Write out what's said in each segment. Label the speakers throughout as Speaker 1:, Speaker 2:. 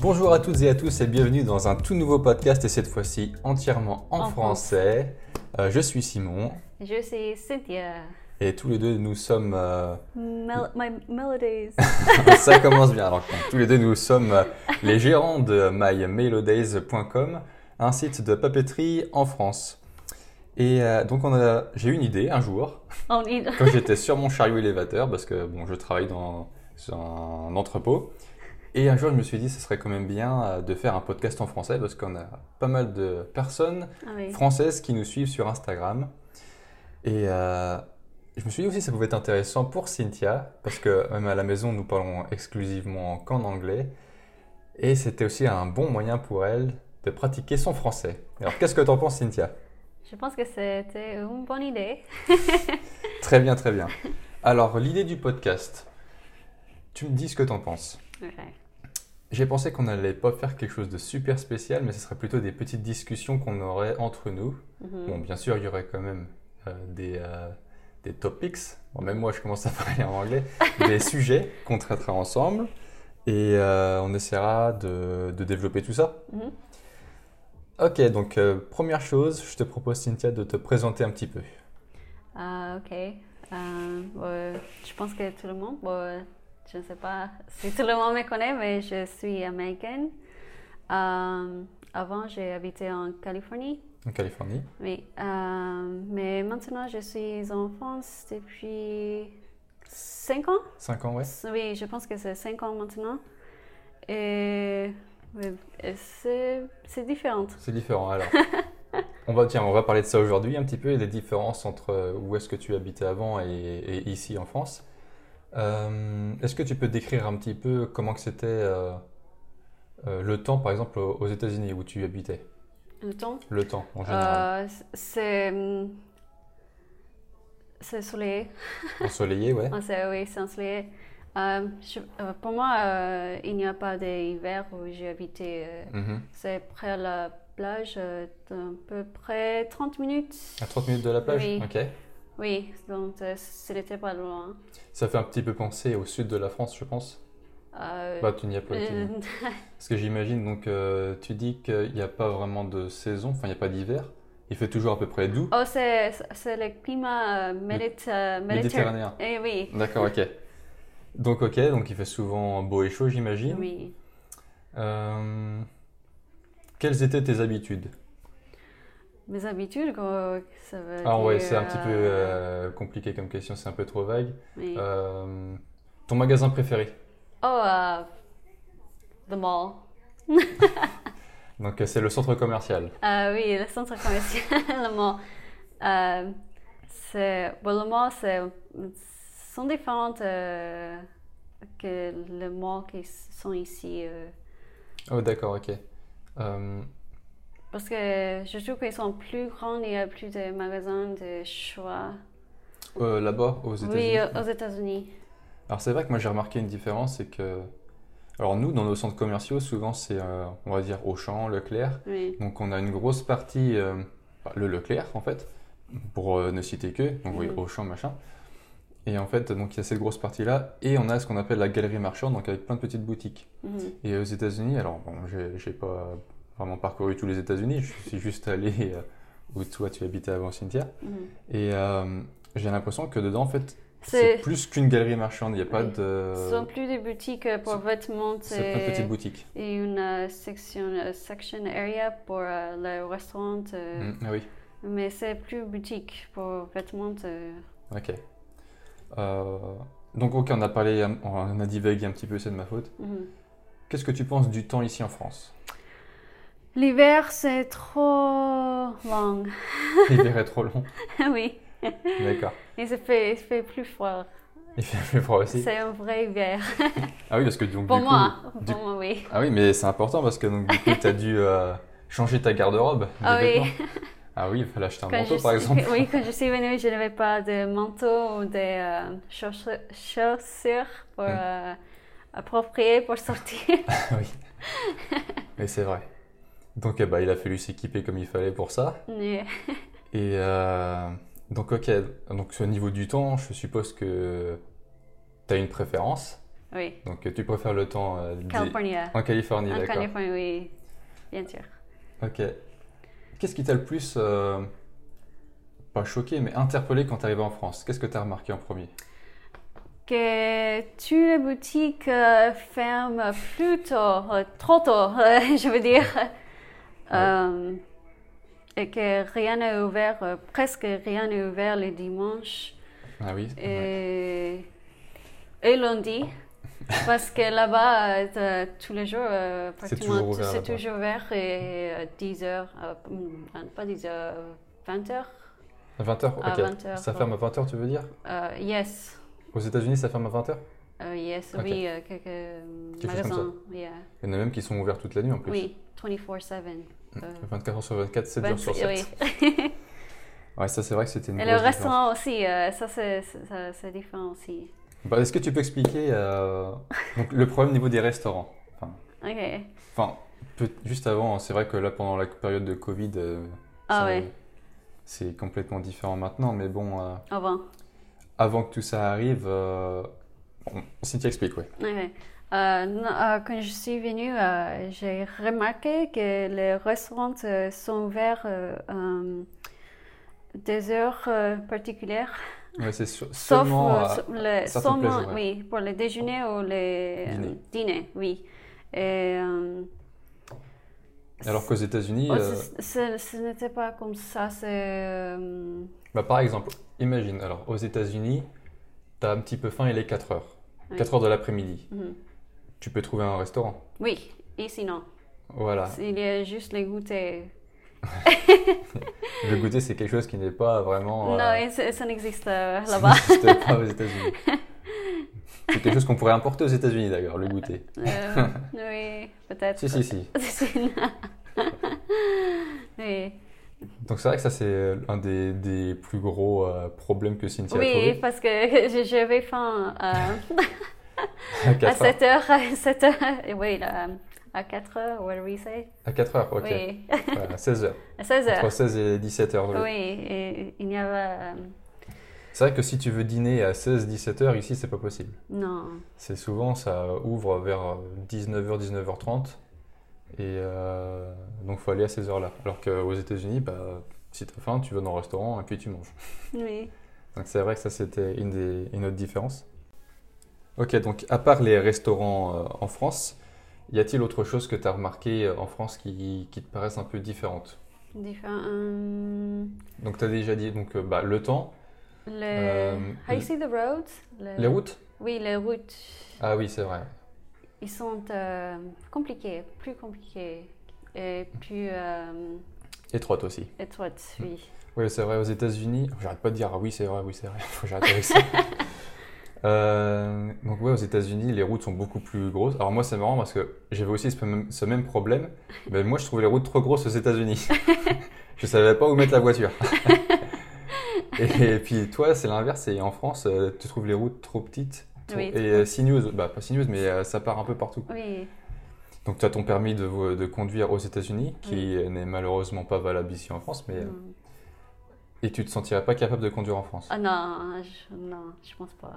Speaker 1: Bonjour à toutes et à tous et bienvenue dans un tout nouveau podcast et cette fois-ci entièrement en,
Speaker 2: En
Speaker 1: français. Euh, je suis Simon
Speaker 2: Je suis Cynthia.
Speaker 1: et tous les deux nous sommes... euh,
Speaker 2: Mel- my melodies.
Speaker 1: ça commence bien. Alors, donc, tous les deux nous sommes euh, les gérants de mymelodies.com, un site de papeterie en France. Et euh, donc on a, j'ai eu une idée un jour,
Speaker 2: On est-
Speaker 1: quand j'étais sur mon chariot élévateur, parce que bon, je travaille dans un entrepôt. Et un jour, je me suis dit, ce serait quand même bien euh, de faire un podcast en français, parce qu'on a pas mal de personnes
Speaker 2: Ah oui.
Speaker 1: françaises qui nous suivent sur Instagram. Et euh, je me suis dit aussi, ça pouvait être intéressant pour Cynthia, parce que même à la maison, nous parlons exclusivement qu'en anglais. Et c'était aussi un bon moyen pour elle de pratiquer son français. Alors, qu'est-ce que t'en penses, Cynthia
Speaker 2: Je pense que c'était une bonne idée.
Speaker 1: Très bien, très bien. Alors, l'idée du podcast, tu me dis ce que t'en penses.
Speaker 2: Ok.
Speaker 1: J'ai pensé qu'on n'allait pas faire quelque chose de super spécial, mais ce serait plutôt des petites discussions qu'on aurait entre nous.
Speaker 2: Mhm.
Speaker 1: Bon, bien sûr, il y aurait quand même euh, des, euh, des topics. Bon, même moi, je commence à parler en anglais. Des sujets qu'on traitera ensemble. Et euh, on essaiera de, de développer tout ça.
Speaker 2: Mhm.
Speaker 1: Ok, donc euh, première chose, je te propose, Cynthia, de te présenter un petit peu.
Speaker 2: Ah, ok. Euh, ouais, je pense que tout le monde, bon, euh, je ne sais pas si tout le monde me connaît, mais je suis américaine. Euh, avant, j'ai habité en Californie.
Speaker 1: En Californie.
Speaker 2: Oui. Euh, mais maintenant, je suis en France depuis 5 ans.
Speaker 1: 5 ans, ouais.
Speaker 2: Oui, je pense que c'est 5 ans maintenant. Et, oui, et c'est c'est différent.
Speaker 1: C'est différent alors. on va tiens, on va parler de ça aujourd'hui un petit peu et des différences entre euh, où est-ce que tu habitais avant et, et ici en France. Euh, est-ce que tu peux décrire un petit peu comment que c'était euh, euh, le temps par exemple aux aux États-Unis où tu habitais
Speaker 2: Le temps,
Speaker 1: Le temps en général.
Speaker 2: euh, c'est hum, c'est soleil.
Speaker 1: Ensoleillé, ouais.
Speaker 2: Ah, c'est- oui, c'est ensoleillé. Euh, je- euh, pour moi, euh, il n'y a pas d'hiver où j'ai habité. euh,
Speaker 1: Mhm.
Speaker 2: c'est près de la plage, euh, à peu près 30 minutes.
Speaker 1: À 30 minutes de la plage
Speaker 2: Oui.
Speaker 1: Ok.
Speaker 2: Oui, donc euh, ce n'était pas loin.
Speaker 1: Ça fait un petit peu penser au sud de la France, je pense.
Speaker 2: Euh,
Speaker 1: Bah, tu n'y as pas été.
Speaker 2: euh,
Speaker 1: non. Parce que j'imagine, donc, euh, tu dis qu'il n'y a pas vraiment de saison, enfin, il n'y a pas d'hiver. Il fait toujours à peu près doux,
Speaker 2: Oh, c'est c'est le climat euh, méditer- euh, méditerranéen.
Speaker 1: méditerranéen.
Speaker 2: Eh oui.
Speaker 1: D'accord, ok. Donc, ok, donc il fait souvent beau et chaud, j'imagine.
Speaker 2: Oui.
Speaker 1: Euh, Quelles étaient tes habitudes
Speaker 2: Mes habitudes, quoi, ça veut
Speaker 1: Ah, ouais,
Speaker 2: dire,
Speaker 1: c'est un petit peu
Speaker 2: euh,
Speaker 1: euh, compliqué comme question, c'est un peu trop vague.
Speaker 2: oui.
Speaker 1: Euh, Ton magasin préféré
Speaker 2: Oh, euh, the mall.
Speaker 1: Donc, euh, c'est le centre commercial.
Speaker 2: Ah oui, le centre commercial, le mall. Euh, c'est, bon, le mall, c'est, sont différentes euh, que le mall qui sont ici. euh,
Speaker 1: Oh, d'accord, ok. Euh,
Speaker 2: parce que je trouve qu'ils sont plus grands, il y a plus de magasins de choix.
Speaker 1: euh, Là-bas, aux États-Unis
Speaker 2: Oui, euh, aux États-Unis.
Speaker 1: Alors c'est vrai que moi j'ai remarqué une différence, c'est que... Alors nous, dans nos centres commerciaux, souvent c'est, euh, on va dire, Auchan, Leclerc.
Speaker 2: Oui.
Speaker 1: Donc on a une grosse partie, euh, bah, le Leclerc en fait, pour euh, ne citer que, donc oui,
Speaker 2: Mhm.
Speaker 1: Auchan, machin. Et en fait, donc il y a cette grosse partie-là, et on a ce qu'on appelle la galerie marchande, donc avec plein de petites boutiques.
Speaker 2: Mhm.
Speaker 1: Et aux États-Unis, alors bon, j'ai j'ai pas vraiment parcouru tous les États-Unis, je suis juste allé euh, où toi tu habitais avant, Cynthia.
Speaker 2: Mhm.
Speaker 1: Et euh, j'ai l'impression que dedans, en fait, c'est
Speaker 2: C'est,
Speaker 1: plus qu'une galerie marchande, il n'y a pas
Speaker 2: Oui.
Speaker 1: de...
Speaker 2: ce sont plus des boutiques euh, pour
Speaker 1: c'est-
Speaker 2: vêtements
Speaker 1: C'est pas une petite boutique.
Speaker 2: et une euh, section, euh, section area pour euh, le restaurant, euh,
Speaker 1: Mm, ah oui,
Speaker 2: mais c'est plus boutique pour vêtements. euh.
Speaker 1: ok. Euh, donc ok, on a parlé, euh, on a divagué un petit peu, c'est de ma faute.
Speaker 2: Mhm.
Speaker 1: Qu'est-ce que tu penses du temps ici en France
Speaker 2: L'hiver, c'est trop long.
Speaker 1: L'hiver est trop long.
Speaker 2: oui,
Speaker 1: D'accord.
Speaker 2: il se fait, il se fait plus froid.
Speaker 1: Il fait plus froid aussi.
Speaker 2: C'est un vrai hiver.
Speaker 1: Ah oui, parce que donc
Speaker 2: Pour
Speaker 1: du
Speaker 2: moi,
Speaker 1: coup... du-
Speaker 2: pour moi, oui.
Speaker 1: Ah oui, mais c'est important parce que donc du coup, t'as dû euh, changer ta garde-robe. des
Speaker 2: Ah oui.
Speaker 1: vêtements. Ah oui, il fallait acheter un
Speaker 2: Quand
Speaker 1: manteau
Speaker 2: je
Speaker 1: par
Speaker 2: suis-
Speaker 1: exemple.
Speaker 2: oui, quand je suis venue, je n'avais pas de manteau ou de euh, chaussures, chaussures pour,
Speaker 1: Mm.
Speaker 2: euh, appropriées pour sortir.
Speaker 1: oui. Mais c'est vrai. Donc eh ben, il a fallu s'équiper comme il fallait pour ça.
Speaker 2: Mais-
Speaker 1: Et euh, donc, ok, donc au niveau du temps, je suppose que tu as une préférence.
Speaker 2: Oui.
Speaker 1: Donc, euh, tu préfères le temps euh, d'i-
Speaker 2: California.
Speaker 1: en Californie,
Speaker 2: En
Speaker 1: d'accord.
Speaker 2: Californie, oui. Bien sûr.
Speaker 1: Ok. Qu'est-ce qui t'a le plus, euh, pas choqué, mais interpellé quand t'es arrivé en France Qu'est-ce que t'as remarqué en premier
Speaker 2: que tu les boutiques euh, ferment plus tôt, euh, trop tôt, euh, je veux dire. Euh, et que rien n'est ouvert, euh, presque rien n'est ouvert le dimanche
Speaker 1: Ah oui.
Speaker 2: et,
Speaker 1: ouais.
Speaker 2: et lundi. Parce que là-bas, euh, t'as- tous les jours, euh,
Speaker 1: C'est
Speaker 2: pratiquement,
Speaker 1: toujours ouvert
Speaker 2: c'est
Speaker 1: là-bas.
Speaker 2: toujours ouvert et euh, 10 heures, euh, hum, pas 10 heures, 20 heures.
Speaker 1: 20h,
Speaker 2: à
Speaker 1: ok.
Speaker 2: 20h,
Speaker 1: ça
Speaker 2: ouais.
Speaker 1: ferme à 20h, tu veux dire
Speaker 2: Euh, yes.
Speaker 1: Aux États-Unis, ça ferme à 20h
Speaker 2: Euh, yes,
Speaker 1: Ok.
Speaker 2: oui, euh, quelques euh,
Speaker 1: Quelque chose comme
Speaker 2: magasins. yeah.
Speaker 1: Il y en a même qui sont ouverts toute la nuit en plus. Mm.
Speaker 2: Oui, 24-7. euh,
Speaker 1: 24h sur 24, 7 jours sur
Speaker 2: 28,
Speaker 1: 7.
Speaker 2: oui.
Speaker 1: Ouais, ça c'est vrai que c'était une
Speaker 2: Et le
Speaker 1: grosse différence.
Speaker 2: restaurant aussi, euh, ça c'est- c'est ça, c'est différent aussi.
Speaker 1: Bah, Est-ce que tu peux expliquer euh, donc, le problème au niveau des restaurants
Speaker 2: Ok.
Speaker 1: Enfin, peut- juste avant, c'est vrai que là, pendant la période de Covid, euh,
Speaker 2: Ah
Speaker 1: ça-
Speaker 2: ouais.
Speaker 1: c'est complètement différent maintenant. Mais bon, euh,
Speaker 2: Avant.
Speaker 1: avant que tout ça arrive, euh, bon, Cynthia explique, ouais.
Speaker 2: Ok. Euh, non, euh, quand je suis venue, euh, j'ai remarqué que les restaurants euh, sont ouverts euh, euh, des heures euh, particulières,
Speaker 1: Ouais, c'est sur-
Speaker 2: sauf
Speaker 1: seulement.
Speaker 2: euh,
Speaker 1: euh,
Speaker 2: so- le-
Speaker 1: certains
Speaker 2: seulement,
Speaker 1: plaisirs,
Speaker 2: oui, pour les déjeuners ou les euh,
Speaker 1: Dîners.
Speaker 2: dîners, oui. Et, euh,
Speaker 1: alors qu'aux États-Unis,
Speaker 2: Oh,
Speaker 1: euh,
Speaker 2: ce- ce ce n'était pas comme ça, c'est... euh,
Speaker 1: bah, par exemple, imagine, alors aux États-Unis, t'as un petit peu faim, il est 4 heures.
Speaker 2: Oui.
Speaker 1: 4 heures de l'après-midi.
Speaker 2: mhm.
Speaker 1: Tu peux trouver un restaurant.
Speaker 2: Oui, ici non.
Speaker 1: Voilà.
Speaker 2: Il y a juste les goûters.
Speaker 1: Le goûter, c'est quelque chose qui n'est pas vraiment.
Speaker 2: Non,
Speaker 1: euh,
Speaker 2: et ça ça n'existe euh,
Speaker 1: Ça
Speaker 2: là-bas.
Speaker 1: n'existe pas aux États-Unis. C'est quelque chose qu'on pourrait importer aux États-Unis d'ailleurs, le goûter.
Speaker 2: Euh, oui, peut-être.
Speaker 1: Si, si, si.
Speaker 2: C'est- oui,
Speaker 1: Donc c'est vrai que ça, c'est un des, des plus gros euh, problèmes que Cynthia
Speaker 2: Oui,
Speaker 1: a trouvé.
Speaker 2: parce que j- j'avais faim euh,
Speaker 1: À
Speaker 2: à
Speaker 1: 4 heures.
Speaker 2: 7 heures, à 7 heures, oui, là, à 4 heures, what do we say?
Speaker 1: À 4 heures, ok.
Speaker 2: Oui,
Speaker 1: Ouais, à 16 heures.
Speaker 2: à 16
Speaker 1: Entre
Speaker 2: heures.
Speaker 1: 16 et 17 heures. oui.
Speaker 2: Oui, et il n'y avait... euh,
Speaker 1: C'est vrai que si tu veux dîner à 16-17 heures, ici, c'est pas possible.
Speaker 2: non,
Speaker 1: C'est souvent, ça ouvre vers euh, 19h, 19h30. Et euh, donc, faut aller à ces heures-là. Alors qu'aux États-Unis, bah, si t'as faim, tu vas dans un restaurant et puis tu manges.
Speaker 2: oui.
Speaker 1: Donc c'est vrai que ça c'était une, des, une autre différence. Ok, donc à part les restaurants euh, en France, y a-t-il autre chose que tu as remarqué euh, en France qui, qui te paraissent un peu différentes
Speaker 2: Différent. euh,
Speaker 1: Donc tu as déjà dit donc, euh, bah, le temps,
Speaker 2: Le...
Speaker 1: Euh,
Speaker 2: How you
Speaker 1: le-
Speaker 2: see the roads? Le-
Speaker 1: les routes
Speaker 2: Oui, les routes.
Speaker 1: Ah oui, c'est vrai.
Speaker 2: Ils sont euh, compliqués, plus compliqués et plus euh,
Speaker 1: Étroites aussi.
Speaker 2: étroites, oui.
Speaker 1: Oui, c'est vrai, aux États-Unis, j'arrête pas de dire ah oui, c'est vrai, oui, c'est vrai, faut que j'arrête avec ça. Euh, donc ouais, aux États-Unis, les routes sont beaucoup plus grosses. Alors moi, c'est marrant parce que j'avais aussi ce même, ce même problème, mais moi, je trouvais les routes trop grosses aux États-Unis. je savais pas où mettre la voiture. et, puis toi, c'est l'inverse. Et en France, euh, tu trouves les routes trop petites trop-
Speaker 2: Oui,
Speaker 1: et euh, sinueuses. Bah pas sinueuses, mais euh, ça part un peu partout.
Speaker 2: Oui,
Speaker 1: Donc tu as ton permis de, vo- de conduire aux États-Unis, qui n'est malheureusement pas valable ici en France, mais euh,
Speaker 2: non.
Speaker 1: et tu te sentirais pas capable de conduire en France.
Speaker 2: hum. Ah non, je, non, je pense pas.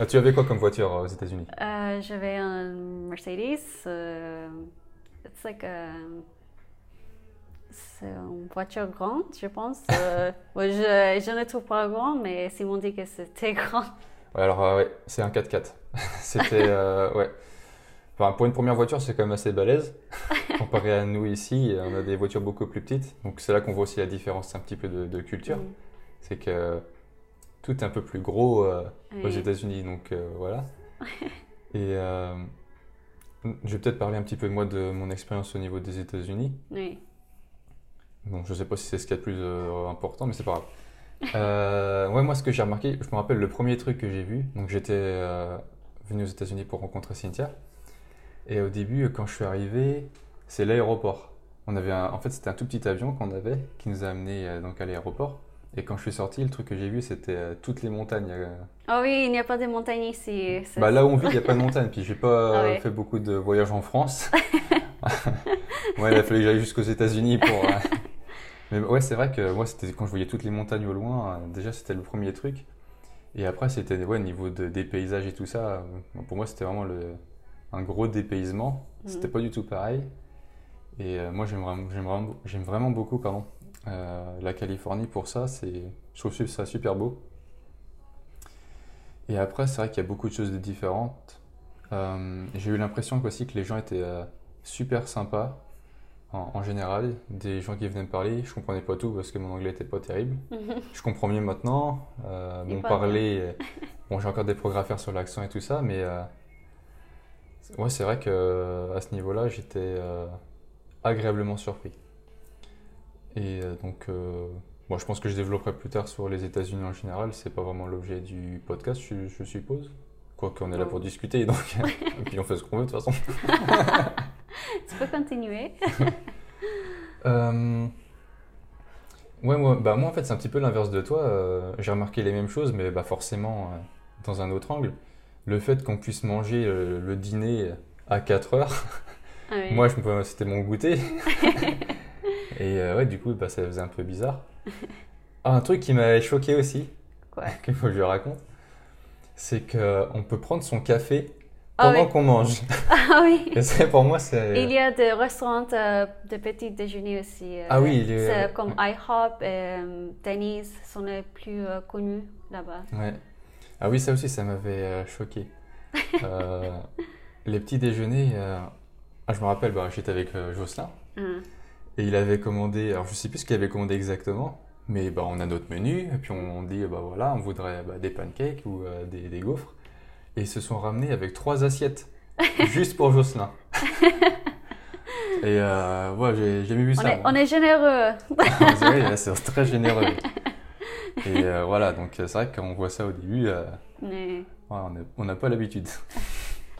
Speaker 1: Ah, tu avais quoi comme voiture euh, aux États-Unis
Speaker 2: Euh, J'avais un Mercedes. euh, it's like a- c'est une voiture grande, je pense. euh, ouais, je, je ne trouve pas grande, mais ils m'ont dit que c'était grand.
Speaker 1: Ouais, alors euh, ouais, c'est un 4x4. C'était euh, ouais. Enfin, pour une première voiture, c'est quand même assez balèze comparé à nous ici. et On a des voitures beaucoup plus petites, donc c'est là qu'on voit aussi la différence un petit peu de, de culture.
Speaker 2: Mm.
Speaker 1: C'est que tout est un peu plus gros euh, aux
Speaker 2: Oui.
Speaker 1: États-Unis, donc euh, voilà. Et euh, je vais peut-être parler un petit peu de moi de mon expérience au niveau des États-Unis.
Speaker 2: Oui.
Speaker 1: Bon, je sais pas si c'est ce qu'il y a de plus euh, important, mais c'est pas grave. Euh, ouais, moi, ce que j'ai remarqué, je me rappelle le premier truc que j'ai vu. Donc, j'étais euh, venu aux États-Unis pour rencontrer Cynthia. Et au début, quand je suis arrivé, c'est l'aéroport. On avait un- En fait, c'était un tout petit avion qu'on avait qui nous a amenés euh, donc, à l'aéroport. Et quand je suis sorti, le truc que j'ai vu, c'était euh, toutes les montagnes. euh.
Speaker 2: Ah oui, il n'y a pas de montagnes ici. c'est-
Speaker 1: Bah, là où on vit, il n'y a pas de montagnes. Puis, j'ai pas
Speaker 2: Ah
Speaker 1: euh,
Speaker 2: ouais.
Speaker 1: fait beaucoup de voyages en France. Ouais, il a fallu que j'aille jusqu'aux États-Unis pour. euh, Mais ouais, c'est vrai que moi, c'était quand je voyais toutes les montagnes au loin, euh, déjà c'était le premier truc. Et après, c'était ouais, au niveau de- des paysages et tout ça. euh, Pour moi, c'était vraiment le, un gros dépaysement. C'était
Speaker 2: Mhm.
Speaker 1: pas du tout pareil. Et euh, moi, j'aime vraiment, j'aime vraiment, j'aime vraiment beaucoup pardon, euh, la Californie pour ça. C'est, je trouve su- ça super beau. Et après, c'est vrai qu'il y a beaucoup de choses de différentes. Euh, j'ai eu l'impression aussi que les gens étaient euh, super sympas en, en général. Des gens qui venaient me parler, je comprenais pas tout parce que mon anglais était pas terrible. Je comprends mieux maintenant. Euh,
Speaker 2: Il
Speaker 1: bon,
Speaker 2: parle
Speaker 1: parler. euh, Bon, j'ai encore des progrès à faire sur l'accent et tout ça, mais. euh, ouais, c'est vrai que euh, à ce niveau-là, j'étais euh, agréablement surpris. Et euh, donc. euh, bon, je pense que je développerai plus tard sur les États-Unis en général. C'est pas vraiment l'objet du podcast, je, je suppose. Quoique, on est là
Speaker 2: Non.
Speaker 1: pour discuter, donc. et puis, on fait ce qu'on veut, de toute façon.
Speaker 2: tu peux continuer.
Speaker 1: Euh, Ouais, moi, bah moi en fait c'est un petit peu l'inverse de toi. euh, j'ai remarqué les mêmes choses, mais bah forcément euh, dans un autre angle. Le fait qu'on puisse manger euh, le dîner à 4 heures,
Speaker 2: Ah oui.
Speaker 1: moi je me- c'était mon goûter. Et euh, ouais, du coup bah, ça faisait un peu bizarre. Ah, un truc qui m'avait choqué aussi,
Speaker 2: Quoi
Speaker 1: que faut que je raconte, c'est qu'on peut prendre son café
Speaker 2: Ah
Speaker 1: pendant
Speaker 2: oui.
Speaker 1: qu'on mange.
Speaker 2: Ah oui.
Speaker 1: Et ça pour moi c'est...
Speaker 2: Il y a des restaurants euh, de petit déjeuner aussi. euh,
Speaker 1: Ah oui, il y a-
Speaker 2: c'est comme IHOP et euh, Denny's sont les plus euh, connus là-bas.
Speaker 1: Ouais. Ah oui, ça aussi, ça m'avait euh, choqué. Euh, les petits déjeuners, euh, ah, je me rappelle, bah, j'étais avec euh, Jocelyn
Speaker 2: Hein.
Speaker 1: et il avait commandé, alors je sais plus ce qu'il avait commandé exactement, mais bah, on a notre menu et puis on, dit, bah voilà, on voudrait bah, des pancakes ou euh, des, des gaufres. Et ils se sont ramenés avec trois assiettes, juste pour Jocelyn. Et euh, ouais, j'ai j'ai jamais vu
Speaker 2: On,
Speaker 1: ça.
Speaker 2: est,
Speaker 1: moi.
Speaker 2: on est généreux.
Speaker 1: Ah, c'est vrai, c'est très généreux. Et euh, voilà, donc euh, c'est vrai que quand on voit ça au début. euh,
Speaker 2: Mais-
Speaker 1: Ouais, on est- on n'a pas l'habitude.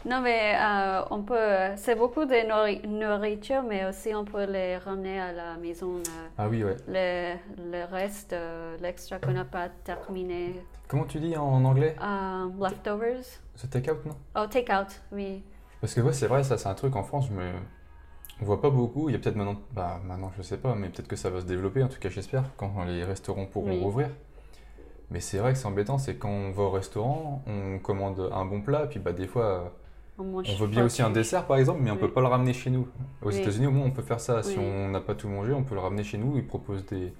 Speaker 2: Non, mais euh, on peut. C'est beaucoup de nourri- nourriture, mais aussi on peut les ramener à la maison. euh,
Speaker 1: Ah oui, ouais.
Speaker 2: le, le reste, euh, l'extra qu'on n'a pas terminé.
Speaker 1: Comment tu dis en anglais
Speaker 2: Euh, leftovers.
Speaker 1: The take-out, non
Speaker 2: Oh, take out, oui.
Speaker 1: Parce que ouais, c'est vrai, ça c'est un truc en France, mais on voit pas beaucoup. Il y a peut-être maintenant, bah maintenant je sais pas, mais peut-être que ça va se développer, en tout cas j'espère, quand les restaurants pourront
Speaker 2: Oui.
Speaker 1: rouvrir. Mais c'est vrai que c'est embêtant, c'est quand on va au restaurant, on commande un bon plat, puis bah des fois euh,
Speaker 2: On mange.
Speaker 1: on veut
Speaker 2: pas
Speaker 1: bien aussi un
Speaker 2: tout.
Speaker 1: dessert par exemple, mais on
Speaker 2: Oui.
Speaker 1: peut pas le ramener chez nous. Aux
Speaker 2: Oui.
Speaker 1: États-Unis au moins on peut faire ça, si
Speaker 2: Oui.
Speaker 1: on n'a pas tout mangé, on peut le ramener chez nous. Ils proposent des,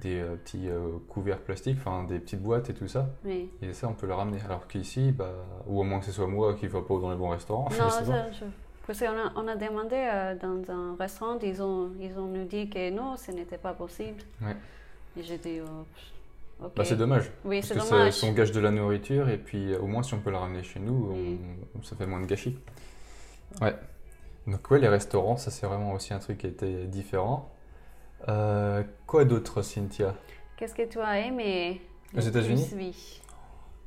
Speaker 1: des euh, petits euh, couverts plastiques, enfin des petites boîtes et tout ça.
Speaker 2: Oui.
Speaker 1: Et ça, on peut le ramener. Alors qu'ici, bah, ou au moins que ce soit moi qui ne va pas dans les bons restaurants. je
Speaker 2: Non,
Speaker 1: sais pas.
Speaker 2: ça, je- Parce qu'on a, on a demandé euh, dans un restaurant, ils ont, ils ont nous dit que non, ce n'était pas possible.
Speaker 1: Ouais.
Speaker 2: Et j'ai dit, oh, ok.
Speaker 1: Bah, c'est dommage.
Speaker 2: oui,
Speaker 1: Parce
Speaker 2: c'est
Speaker 1: que ça,
Speaker 2: dommage.
Speaker 1: si on gâche de la nourriture, et puis euh, au moins si on peut la ramener chez nous,
Speaker 2: Oui.
Speaker 1: on- ça fait moins de gâchis. Ouais. Donc ouais, les restaurants, ça c'est vraiment aussi un truc qui était différent. Euh, quoi d'autre, Cynthia
Speaker 2: Qu'est-ce que tu as aimé
Speaker 1: Aux
Speaker 2: le
Speaker 1: États-Unis
Speaker 2: plus, oui.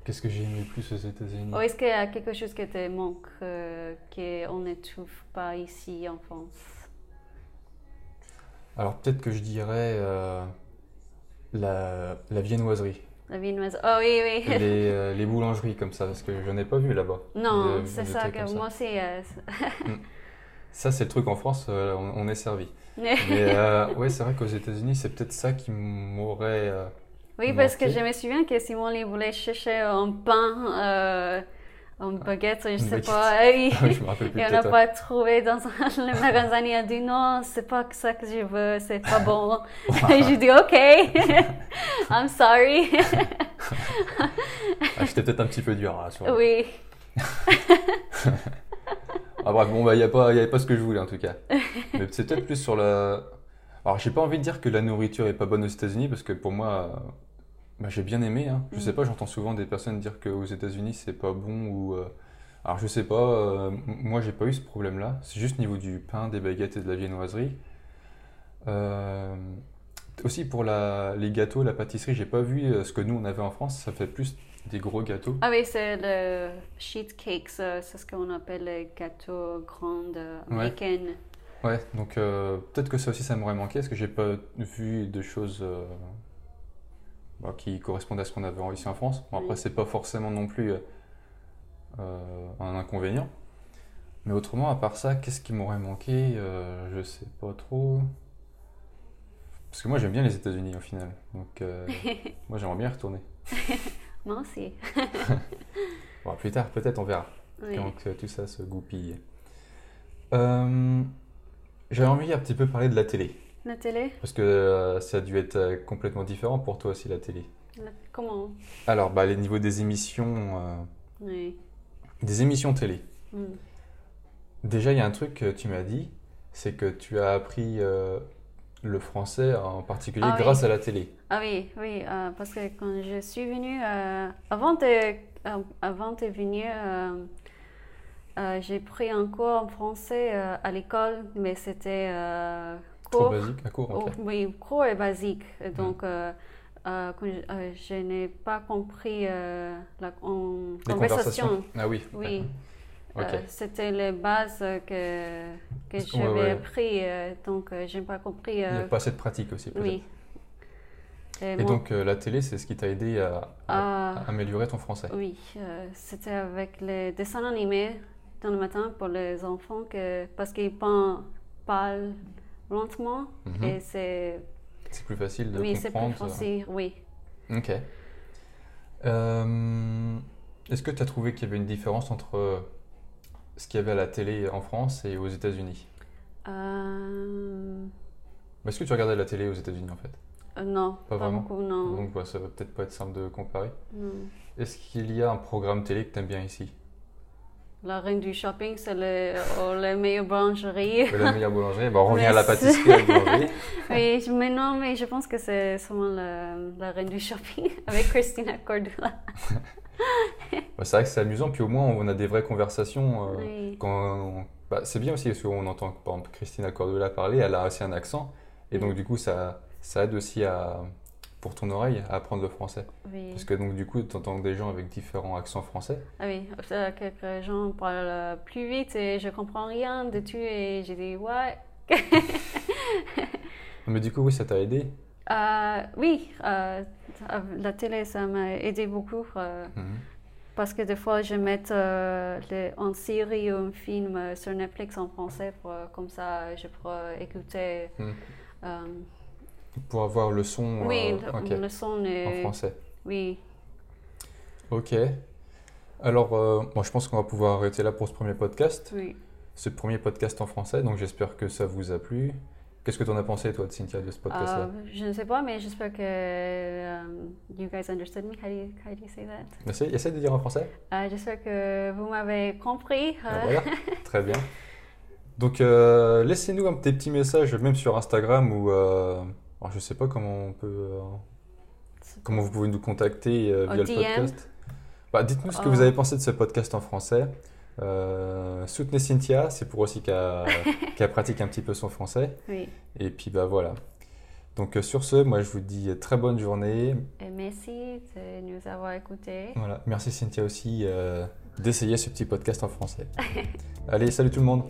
Speaker 1: Qu'est-ce que j'ai aimé le plus aux États-Unis
Speaker 2: Ou est-ce qu'il y a quelque chose qui te manque, euh, qu'on ne trouve pas ici en France
Speaker 1: Alors peut-être que je dirais euh, la, la viennoiserie,
Speaker 2: La viennoise. Oh oui, oui.
Speaker 1: les, euh, les boulangeries comme ça, parce que je n'ai pas vu là-bas.
Speaker 2: Non,
Speaker 1: de-
Speaker 2: c'est
Speaker 1: de
Speaker 2: ça
Speaker 1: trucs
Speaker 2: que
Speaker 1: comme ça.
Speaker 2: moi aussi. euh, c'est-
Speaker 1: Ça, c'est le truc en France, euh, on, on est servi.
Speaker 2: Mais-
Speaker 1: Mais euh, ouais, c'est vrai qu'aux États-Unis, c'est peut-être ça qui m'aurait. euh,
Speaker 2: oui, parce que
Speaker 1: manqué.
Speaker 2: je me souviens que Simon il voulait chercher un pain, euh, un baguette, je sais
Speaker 1: Ah. baguette.
Speaker 2: pas. eh oui.
Speaker 1: je me rappelle plus
Speaker 2: Et on n'a
Speaker 1: peut-être.
Speaker 2: pas trouvé dans un- le magasin. Il a dit non, c'est pas ça que je veux, c'est pas bon.
Speaker 1: euh,
Speaker 2: Et j'ai dit ok, I'm sorry.
Speaker 1: Ah, j'étais peut-être un petit peu dur là, sur-
Speaker 2: oui,
Speaker 1: Ah, bref, bon, bah, il n'y a pas, y avait pas ce que je voulais en tout cas. Mais c'est peut-être plus sur la. Alors, j'ai pas envie de dire que la nourriture est pas bonne aux États-Unis parce que pour moi, euh, bah, j'ai bien aimé. Hein. Je sais
Speaker 2: Mm.
Speaker 1: pas, j'entends souvent des personnes dire qu'aux États-Unis, c'est pas bon ou. euh, Alors, je sais pas, euh, m- moi, j'ai pas eu ce problème-là. C'est juste au niveau du pain, des baguettes et de la viennoiserie. Euh, Aussi pour la... les gâteaux, la pâtisserie, j'ai pas vu euh, ce que nous on avait en France. Ça fait plus des gros gâteaux.
Speaker 2: ah oui, c'est le sheet cake, ça, c'est ce qu'on appelle les gâteaux grandes euh,
Speaker 1: Ouais.
Speaker 2: américaines.
Speaker 1: Ouais, donc euh, peut-être que ça aussi ça m'aurait manqué, parce que j'ai pas vu de choses euh, bah, qui correspondent à ce qu'on avait en- ici en France. Bon, après,
Speaker 2: Oui.
Speaker 1: c'est pas forcément non plus euh, euh, un inconvénient. Mais autrement, à part ça, qu'est-ce qui m'aurait manqué Euh, Je sais pas trop. Parce que moi j'aime bien les États-Unis au final, donc euh, moi j'aimerais bien y retourner.
Speaker 2: Moi aussi.
Speaker 1: Bon, plus tard, peut-être, on verra.
Speaker 2: Oui.
Speaker 1: Quand que tout ça se goupille. Euh, J'avais envie un petit peu parler de la télé.
Speaker 2: La télé,
Speaker 1: Parce que euh, ça a dû être euh, complètement différent pour toi aussi, la télé.
Speaker 2: la- comment
Speaker 1: Alors, bah, les niveaux des émissions, euh,
Speaker 2: Oui.
Speaker 1: des émissions télé.
Speaker 2: Mm.
Speaker 1: Déjà, il y a un truc que tu m'as dit, c'est que tu as appris euh, le français en particulier
Speaker 2: Ah oui.
Speaker 1: grâce à la télé.
Speaker 2: Ah oui, oui, euh, parce que quand je suis venue, euh, avant de, euh, avant de venir, euh, euh, j'ai pris un cours en français euh, à l'école, mais c'était euh,
Speaker 1: Trop
Speaker 2: cours.
Speaker 1: basique, à court, ok.
Speaker 2: Oh, oui, cours est basique. Et Donc, euh, euh, quand je, euh, je n'ai pas compris euh, la con-
Speaker 1: Des
Speaker 2: conversation.
Speaker 1: Ah oui.
Speaker 2: Oui,
Speaker 1: Ok.
Speaker 2: Euh, c'était les bases que, que
Speaker 1: Ouais,
Speaker 2: j'avais
Speaker 1: ouais.
Speaker 2: appris. euh, donc, je n'ai pas compris.
Speaker 1: Il n'y
Speaker 2: euh,
Speaker 1: a pas assez de pratique aussi, peut-être.
Speaker 2: oui. Et
Speaker 1: Et
Speaker 2: mon-
Speaker 1: donc, euh, la télé, c'est ce qui t'a aidé à, à-
Speaker 2: Ah,
Speaker 1: à améliorer ton français.
Speaker 2: oui, euh, c'était avec les dessins animés dans le matin pour les enfants que, parce qu'ils pen- parlent lentement
Speaker 1: Mhm.
Speaker 2: et c'est
Speaker 1: C'est plus facile de
Speaker 2: oui, c'est plus
Speaker 1: comprendre. euh,
Speaker 2: facile, oui.
Speaker 1: Ok. Euh, Est-ce que tu as trouvé qu'il y avait une différence entre euh, ce qu'il y avait à la télé en France et aux États-Unis Bah,
Speaker 2: Euh,
Speaker 1: Est-ce que tu regardais la télé aux États-Unis en fait
Speaker 2: euh, non,
Speaker 1: Pas vraiment.
Speaker 2: beaucoup, non.
Speaker 1: Donc bah, ça va peut-être pas être simple de comparer.
Speaker 2: Non.
Speaker 1: Est-ce qu'il y a un programme télé que tu aimes bien ici
Speaker 2: La reine du shopping, c'est le, oh, les meilleures boulangeries.
Speaker 1: Que La meilleure boulangerie Bah, On revient à la
Speaker 2: Mais
Speaker 1: pâtisserie et à la boulangerie.
Speaker 2: oui, je- mais non, mais je pense que c'est sûrement la, la reine du shopping avec Christina Cordula.
Speaker 1: Bah, c'est vrai que c'est amusant, puis au moins on a des vraies conversations. euh,
Speaker 2: Oui,
Speaker 1: quand- bah, c'est bien aussi parce qu'on entend par exemple, Christina Cordula parler, elle a aussi un accent. Et donc du coup ça, ça aide aussi à, pour ton oreille à apprendre le français.
Speaker 2: oui.
Speaker 1: Parce que donc du coup, tu entends des gens avec différents accents français.
Speaker 2: Ah oui, euh, quelques gens parlent euh, plus vite et je comprends rien de tout et j'ai dit ouais.
Speaker 1: Mais du coup, oui, ça t'a aidé.
Speaker 2: Euh, oui, euh, la télé, ça m'a aidé beaucoup euh, parce que des fois, je mets euh, les- une série ou un film euh, sur Netflix en français pour, euh, comme ça, je pourrais écouter.
Speaker 1: Mhm.
Speaker 2: euh,
Speaker 1: Pour avoir le son
Speaker 2: oui,
Speaker 1: euh,
Speaker 2: le,
Speaker 1: ok,
Speaker 2: le son
Speaker 1: en
Speaker 2: est.
Speaker 1: français.
Speaker 2: Oui,
Speaker 1: Ok. Alors, euh, bon, je pense qu'on va pouvoir arrêter là pour ce premier podcast.
Speaker 2: oui.
Speaker 1: Ce premier podcast en français, donc j'espère que ça vous a plu. Qu'est-ce que t'en as pensé, toi, de Cynthia, de ce podcast-là
Speaker 2: Euh, je ne sais pas, mais j'espère que euh, you guys understood me. How do you, how do you say that?
Speaker 1: Essaye, essaye de dire en français.
Speaker 2: Euh, J'espère que vous m'avez compris.
Speaker 1: Ah,
Speaker 2: euh,
Speaker 1: voilà, très bien. Donc, euh, laissez-nous un petit, petit message, même sur Instagram ou. euh, alors, je sais pas comment on peut. euh, comment vous pouvez nous contacter euh,
Speaker 2: En
Speaker 1: via le
Speaker 2: DM.
Speaker 1: podcast. Bah, Dites-nous ce que
Speaker 2: Oh.
Speaker 1: vous avez pensé de ce podcast en français. Euh, soutenez Cynthia, c'est pour aussi qu'elle qu'elle pratique un petit peu son français.
Speaker 2: Oui.
Speaker 1: Et puis bah voilà. Donc euh, sur ce, moi je vous dis très bonne journée.
Speaker 2: Et merci de nous avoir écoutés.
Speaker 1: Voilà. Merci Cynthia aussi euh, d'essayer ce petit podcast en français. Allez, salut tout le monde.